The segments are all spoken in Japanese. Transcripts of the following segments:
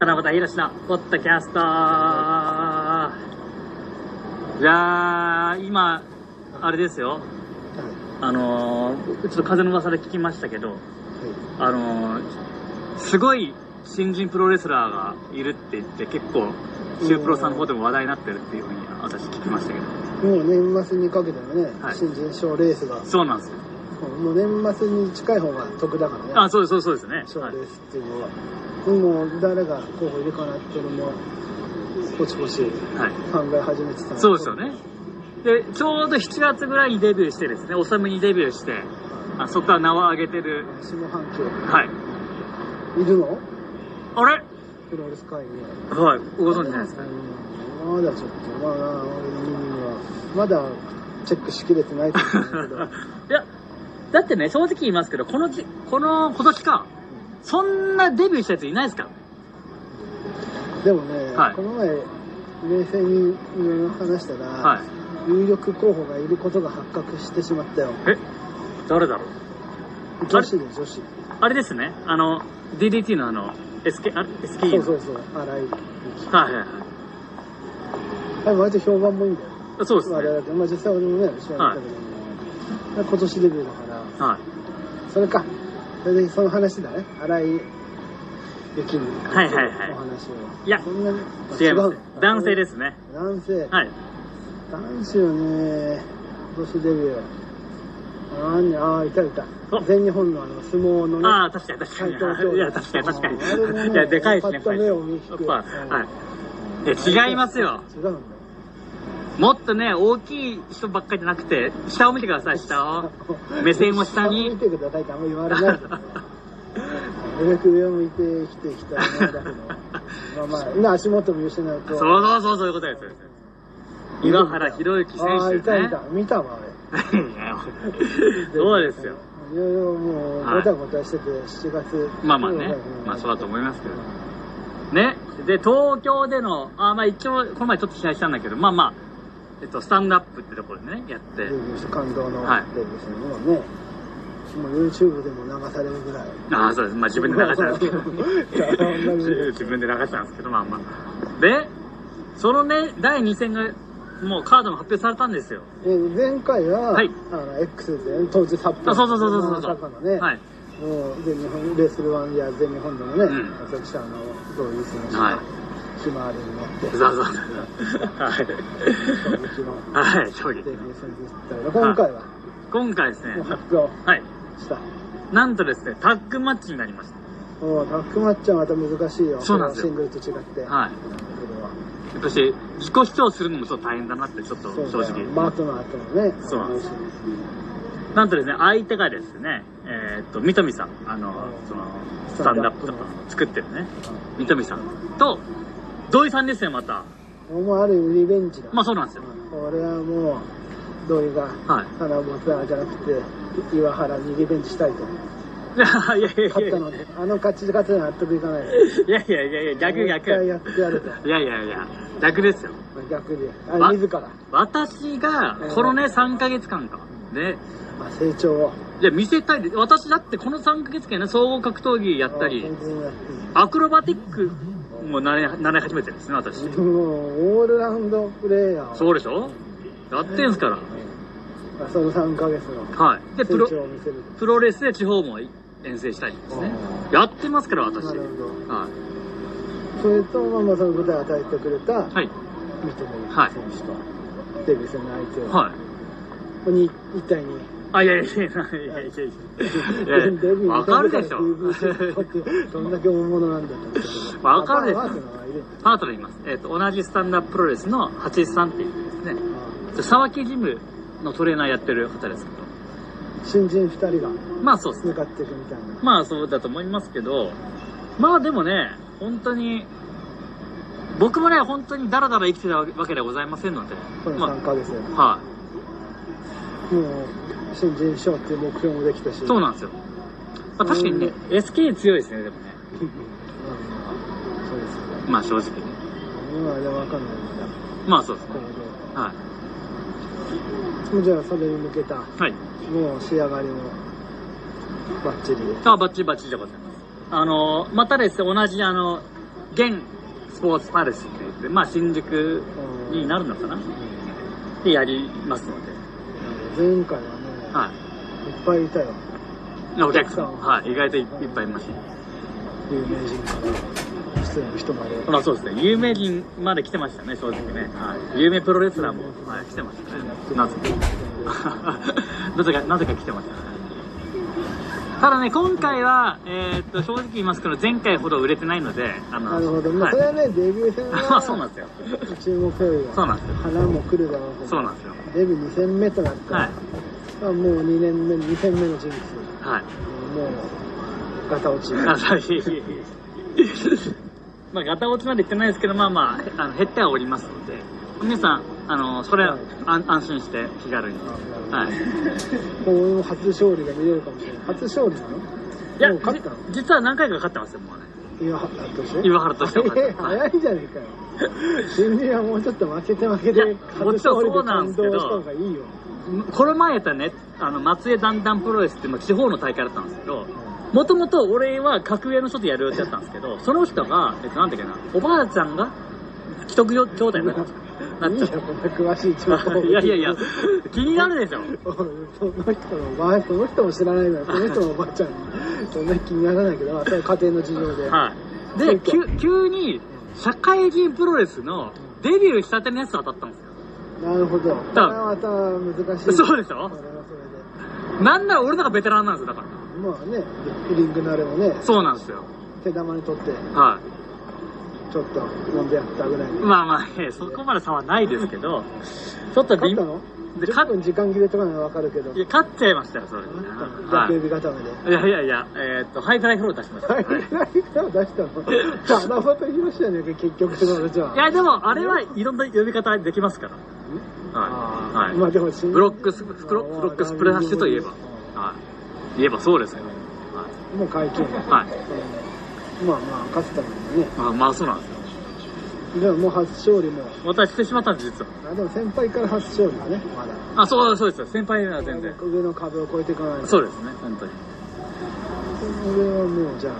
七夕ひろしのポッドキャストじゃあ今あれですよはいあのーちょっと風の噂で聞きましたけどはあのーすごい新人プロレスラーがいるって言って結構中プロさんの方でも話題になってるっていうふうに私聞きましたけどい、もう年末にかけてのね、はい新人賞レースが、そうなんですよもう年末に近い方が得だからね、あそうですそうですそうです賞ね、レはいースっていうのは、もう誰が候補いるかなっていうのも、ポチポチはい、考え始めてたそうですよね。でちょうど7月ぐらいにデビューしてですね遅めにデビューしてあそこから名を上げてる下半はい期、いるのあれプロレス界には。はい、ご存知ないですかうんまだちょっと、まだ、うんまだチェックしきれてないと思うん だけど、いや、だってね、正直言いますけど、このじ、この、今年か、そんなデビューしたやついないですからね。でもね、はいこの前、冷静にいろいろ話したら、はい。有力候補がいることが発覚してしまったよ誰だろう女子で女子あれですね、あの、DDT のあの、SK、あれ SK そうう。そうそう荒は井いはいあれ割と評判もいいんだよはい。そうですねあ。れだけど、まあ、実際俺もね知らなかったけど、まあ今年デビューだからはそれかそれでその話だね荒井雪に関するはいはいはいお話をいやそんなにい。違います違う。男性ですね。男性はい。男子よね今年デビューあーねあーいたいたお全日本のあの相撲のねああ、確かに確かに。はいいや、確かに確かあれもねに。いや、でかいですね、パッと目を見引やっくぱ、はい。いや、違いますよ。違うんだよもっとね、大きい人ばっかりじゃなくて、下を見てください、下を。目線も下に見てくださいってあんま言われないけどねなるべく上を向いて生きていきたいもんだけどまあまあ今足元見失うそとうそうそう、そういうことです。岩原博之選ああ手いたいねた。見たわあれいや そうですよ。いろいろもうはいごたごたしてて7月まあまあね。まあそうだと思いますけど。ね。で、東京での、あまあ一応、この前ちょっと試合したんだけど、まあまあ、えっと、スタンドアップってところでね、やってデビ。ューして感動のはいデビューするのもねもう YouTube でも流されるぐらいああ、そうです。まあ自分で流したんですけど。 自分で流したんですけど、まあまあ。で、そのね、第2戦が、もうカードも発表されたんですよ。えー前回は、はいあの X で当時サップあそうそうそうそうそう坂のね、はい。もう全日本レースルワンや全日本でもね、うん私あのどういう選手はいがひまわりに乗って、そうそう そう。はい。衝撃のはい、衝デ撃ビュ。ー戦でしたけど 今回は今回ですねもう、発表はい。した。なんとですね、タッグマッチになりましもうタックマッチはまた難しいよ。そうなんですよシングルと違って。た。はい。これは私、自己主張するのもちょっと大変だなって、ちょっとそう正だよ直。マートの後のね、そうなんですあのなんとですね、相手がですね、えーっと、三富さん、あの、その、スタンダップとか作ってるね、三富さんと、土井さんですよ、また。もうある意味リベンジだ。まあそうなんですよ。これはもう、どういうが、はい。金本さんじゃなくて、岩原にリベンジしたいと。いやい やいや勝ったのいで、あの勝ち方で納得いかない。やいやいやいや、逆逆。もう一回やってやると。いやいやいや、逆ですよ。逆で。あわ自ら、ま私が、このね、3ヶ月間か。ね、あ、成長を。いや、見せたいです。私だってこの3ヶ月間ね、総合格闘技やったりあ、本当にやってアクロバティックもなれ、なれ始めてるんですね、私。るもう、オールラウンドプレーヤーを。そうでしょやってんすから。まあその3ヶ月のはい。で、プロ成、長を見せる。プロレスで地方も遠征したりですね。やってますから、私。なはるい。ほど。それと、まあまあ、その舞台を与えてくれた、はい。三笘はい選手と、デビュー戦の相手を、はい。に1対2。あ、いやいやいやいやいやいやデいやいや。ビューわ認かるめたでらしょ。 DVC どんだけ大物なんだと。わかるでしょまあまあまあいるパートナーいます。えっ、と、同じスタンダッププロレスの八さんっていうですね。沢木ジムのトレーナーやってる方ですけど。新人2人がまあそうですね。向かっていくみたいな。まあそうだと思いますけど、まあでもね、本当に、僕もね、本当にダラダラ生きてたわけではございませんので、このま3ヶ月で。あ、はもう、新人賞っていう目標もできたし。い、そうなんですよ。まあ確かにね、SK 強いですね、でもね。うんそうですよね。まあ正直ね。今はね、わかんないんだ。まあそうですこれね。はで。もうじゃあ、それに向けた、い。はい。もう仕上がりも、バッチリで。あ、バッチリバッチリでございます。あの、またですね、同じあの、現スポーツパレスって言って、まあ新宿になるのかなでやりますので。前回はね、、はいっぱいいたよ。い。お客さん、はい。意外といいっぱいいました。有名人から出演の人まで。まあそうですね。有名人まで来てましたね、正直ね。はい。有名プロレスラーも、はい、来てましたね。なぜか。 なぜか、なぜか来てましたね。ただね、今回は、えーっと、正直言いますけど、前回ほど売れてないので、あの、なるほど。まはあ、い それはね、デビュー戦まあそうなんはですよ。注目よりそうはなんですよ。花も来るだろうけど、そうなんですよ。デビュー2戦目となったら、はい。まあもう2年目、2戦目のジンクス。はい。もう、ガタ落ち。ガタ落ち。まあ、ガタ落ちまで言ってないですけど、まあまあ、あの減ってはおりますので、皆さん、あの、それは、安安心して、気軽に。はい。もう俺も初勝利が見れるかもしれない。初勝利なのいや、もう勝ったのじ実は何回か勝ってますよ、もうね。岩原として岩原としては勝っ早いてます。早いじゃねえかよ。新人はもうちょっと負けて負けいやて、もちろんそうなんで感すけ動どした方がいいよ。この前やったらね、あの、松江だんだんプロレスって、まあ地方の大会だったんですけど、もともと俺は格上の人とやる予定だったんですけど、その人が、えっと、なんだっけな、おばあちゃんが、既得よ兄弟になっちゃったいいなっよ、ちゃっこんな詳しい情た。報。いやいやいや、気になるでしょ。おい。その人のおばあ、その人も知らない から、その人のおばあちゃん、そんな気にならないけど、まあそれは家庭の事情 で。はい。で、急急に、社会人プロレスのデビューしたてのやつ当たったんですよ。なるほど。これだはまた難し い。そうでしょこれはそれで。なんなら俺の方がベテランなんですよ、だかまあね、リングのあれもねら。、そうなんですよ。手玉に取って、はい。ちょっと飲んでやったぐらいで。まあまあ、ね、そこまで差はないですけど、ちょっと勝ビったので ?10 勝っ分時間切れとかならわかるけど。いや勝っちゃいましたよ、それ。ダはク指固めい、で。いやいやいや、えーっと、ハイフライフロー出しました。は、はいい、 何を出したのじゃあ、ラバトヒロシじゃねえか、結局そのじゃあ。いや、でも、あれはいろんな呼び方できますから。はあい。ーまはあい。でも新人ブロックス、フクロブロックスプラッシュといえば。はい。言えばそうですよ。はもう解禁。い。はい。うんまあまあ、勝ったのにね。まあ、まあ、そうなんですよ。でももう初勝利も。私してしまったんです、実は。あでも先輩から初勝利だね、まだ。あ、そう、そうですよ。先輩は全然。上の壁を越えていかないと。そうですね、本当に。俺はもうじゃあ、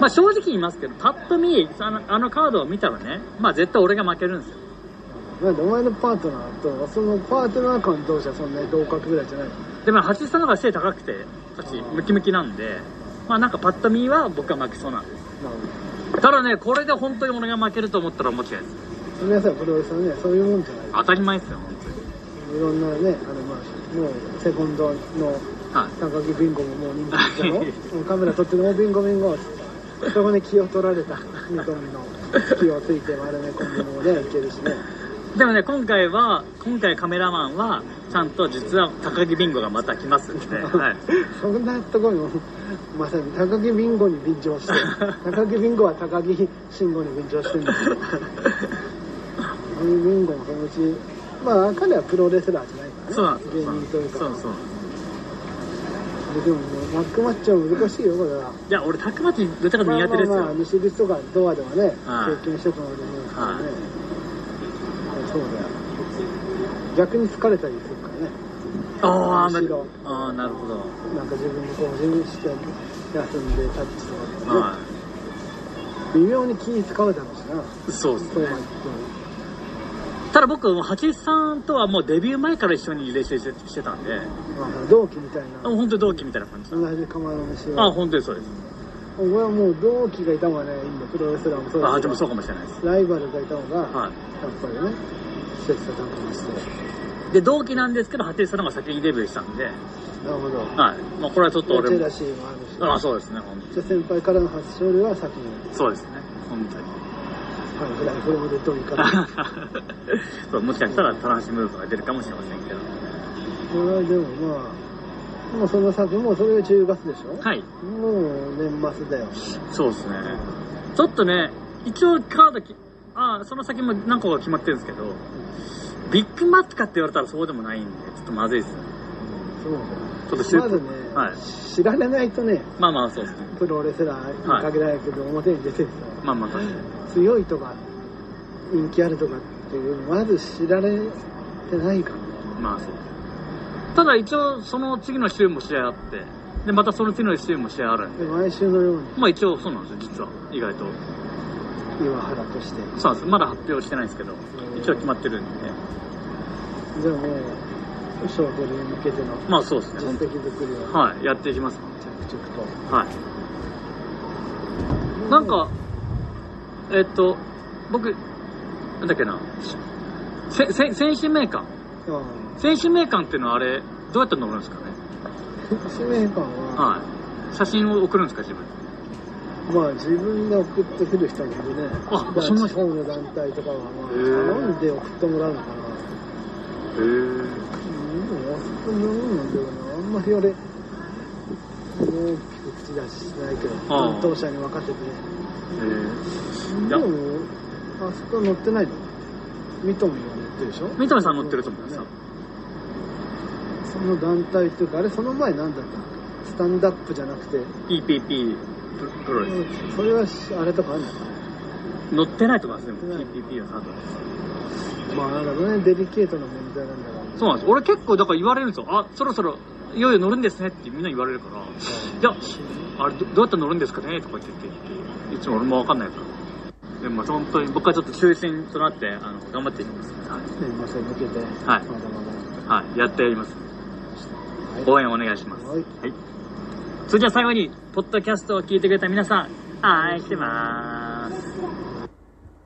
まあ、正直言いますけど、パッと見、あのあのカードを見たらね、まあ、絶対俺が負けるんですよ。なんでお前のパートナーと、そのパートナー間同士はそんなに同格ぐらいじゃないのでも、八さんの方が背高くて、私、ムキムキなんで、まあ、なんかパッと見は僕は負けそうなんです。ただね、これで本当に俺が負けると思ったら大違いです。皆さん、プロレスはね、そういうもんじゃない。当たり前ですよ、本当に。いろんなね、あの、まあ、もう、セコンドのはい。高木ビンゴももう人気だろもうカメラ撮ってもうビンゴビンゴっつって。そこに気を取られ た、三富の気をついて丸め込んでもね、いけるしね。でもね、今回は、今回カメラマンは、ちゃんと実は高木ビンゴがまた来ますん で、はい。そんなところにも、まさに高木ビンゴに便乗 して、高木ビンゴは高木慎吾に便乗してんだけど、高木ビンゴもそのうち、まあ彼はプロレスラーじゃないからね、そうなんです芸よ。人というか。そうそう。でももうマックマッチョは難しいよ、これは。いや、俺、たくまちどっちかと苦手ですまあまあまあ、よ。西口とかドアではね、はい経験してたのでね、そうだよ。逆に疲れたりするからね、ああ、な後ろあーなるほど。なんか自分でこう、自分して休んでタッチとかね、は微妙に気使うだろうしな、い。そうですそうねは。言ってただ僕、八さんとはもうデビュー前から一緒に練習してしてたんで、も、まあ、同期みたいな、もう本当に同期みたいな感じだ。同じ釜の飯あ、は、本当にそうです。俺はもう同期がいた方がね、いいんだよ、プロレスラーもそうだあけあ、どでもそうかもしれないです。ライバルがいた方が、やっはぱりね、切磋琢磨して、い。で、同期なんですけど、八さんの方が先にデビューしたんで、なるほど、はい。まあ、これはちょっとチ俺ェもラ。シーもあるし。ああ、そうですね、本当に。じゃあ先輩からの初勝利は先にそうですね、本当に。 ハンフライフローで取りからこそうもしかしたらトランシムーブが出るかもしれませんけど。れはでもまあもうその先もうそれが10月でしょはい、もう年末だよそうですね。ちょっとね、一応カードき、あその先も何個か決まってるんですけど、ビッグマッチかって言われたらそうでもないんで、ちょっとまずいですね。そうちょっとまずね、はい知られないとねまあまあそうですね。プロレスラーに限らないけど、表に出てるまあまあ確かに。さ強いとか人気あるとかっていうまず知られてないからまあそうただ一応その次の週も試合あって、で、またその次の週も試合あるんで、で毎週のようにまあ一応そうなんですよ、実は。意外と。岩原としてそうなんですまだ発表してないんですけど一応決まってるんでじゃあもう勝負に向けてのまあそうですね実本当に績作りをはいやっていきます着々とはいなんかえっと僕なんだっけなせせ選手名鑑うん選手名鑑っていうのはあれどうやって登るんですかね使命感ははい写真を送るんですか自分まあ自分で送ってくる人もいるねあだからそんな地方の団体とかはまあへー頼んで送ってもらうのかなへうんでも安く飲むのでもなあんまり俺大きく口出ししないけどああ担当者に分かっててえいでやもあそこは乗ってないの三富は乗ってるでしょ三富さん乗ってると思うんですよその団体っていうかあれその前何だったのスタンダップじゃなくて PPP ププロレスそれはしあれとかあんのかな乗ってないと思いますねうん PPP は多分まあなんだろうねデリケートな問題なんだろうねそうなんです俺結構だから言われるんですよあそろそろいよいよ乗るんですねってみんな言われるからいやあれどどうやって乗るんですかねとか言ってていつも俺も分かんないからでもまあ本当に僕はちょっと中心となってあの頑張っていきますは年末に向けてまだまだい、はい、やってやります応援お願いしますはいそれじゃあ最後にポッドキャストを聞いてくれた皆さん愛してます